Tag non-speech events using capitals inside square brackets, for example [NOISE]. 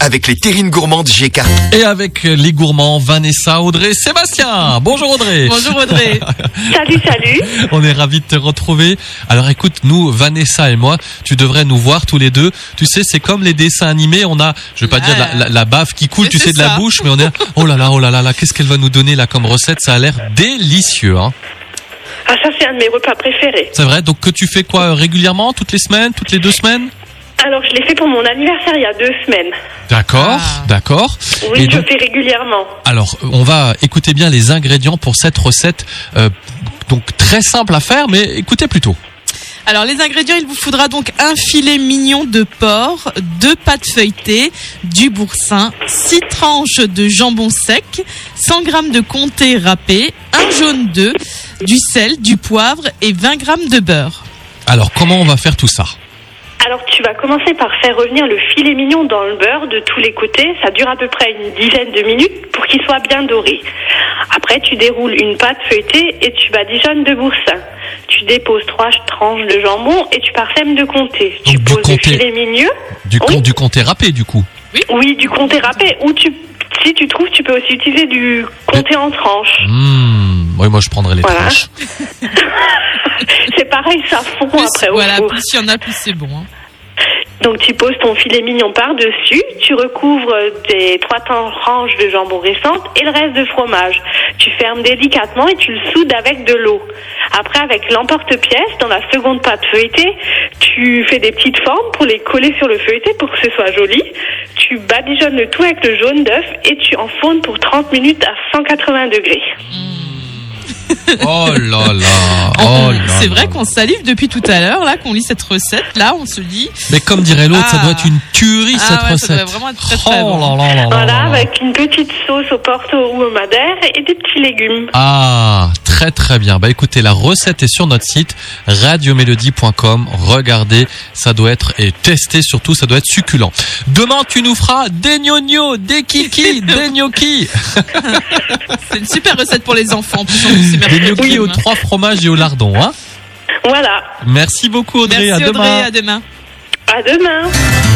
avec les terrines gourmandes GK. Et avec les gourmands Vanessa, Audrey, Sébastien. Bonjour Audrey. [LAUGHS] Bonjour Audrey. Salut, salut. On est ravis de te retrouver. Alors écoute, nous, Vanessa et moi, tu devrais nous voir tous les deux. Tu sais, c'est comme les dessins animés. On a, je vais pas Ouais. dire la, la- la baffe qui coule, Mais tu sais, c'est de la ça. bouche, mais on est, oh là là, oh là là là, qu'est-ce qu'elle va nous donner là comme recette? Ça a l'air délicieux, hein. Ah, ça, c'est un de mes repas préférés. C'est vrai. Donc que tu fais quoi euh, régulièrement? Toutes les semaines? Toutes les deux semaines? Alors, je l'ai fait pour mon anniversaire il y a deux semaines. D'accord, Ah. d'accord. Oui, Et je donc- fais régulièrement. Alors, euh, on va écouter bien les ingrédients pour cette recette, euh, donc très simple à faire, mais écoutez plutôt. Alors les ingrédients, il vous faudra donc un filet mignon de porc, deux pâtes feuilletées, du boursin, six tranches de jambon sec, 100 grammes de comté râpé, un jaune d'œuf, du sel, du poivre et 20 grammes de beurre. Alors, comment on va faire tout ça Alors, tu vas commencer par faire revenir le filet mignon dans le beurre de tous les côtés. Ça dure à peu près une dizaine de minutes pour qu'il soit bien doré. Après, tu déroules une pâte feuilletée et tu badigeonnes de boursin. Tu déposes trois tranches de jambon et tu parsèmes de comté. Tu Donc, du poses comté. le filet mignon. Du, con- Oui. du comté râpé, du coup. Oui, du comté râpé. Ou tu, si tu trouves, tu peux aussi utiliser du comté en tranches. Hmm, oui, moi je prendrais les Voilà. [LAUGHS] tranches. Euh, C'est pareil, ça fond Plus, après au voilà, four. plus il y en a, plus c'est bon. hein. Donc tu poses ton filet mignon par-dessus, tu recouvres tes trois tranches de jambon récentes et le reste de fromage. Tu fermes délicatement et tu le soudes avec de l'eau. Après, avec l'emporte-pièce, dans la seconde pâte feuilletée, tu fais des petites formes pour les coller sur le feuilleté pour que ce soit joli. Tu badigeonnes le tout avec le jaune d'œuf et tu enfournes pour 30 minutes à 180 degrés. Oh là là, oh là Ah, c'est là vrai là. qu'on salive depuis tout à l'heure, là, qu'on lit cette recette, là, on se dit. Mais comme dirait l'autre, ça Ah. doit être une tuerie Ah cette ouais, ça recette. doit vraiment être très, très oh là bon. là là là Voilà, là là. avec une petite sauce au porto ou au madère et des petits légumes. Ah, très très bien. Bah écoutez, la recette est sur notre site radiomélodie.com. Regardez, ça doit être et testez surtout, ça doit être succulent. Demain, tu nous feras des gnognos, des [LAUGHS] kiki, des gnocchis, C'est une super recette pour les enfants. en plus, on sait des même pas gnocchis le aux film, hein. trois fromages et au lardon. Hein Voilà, Merci beaucoup Audrey, Merci à demain. Audrey, à demain. à demain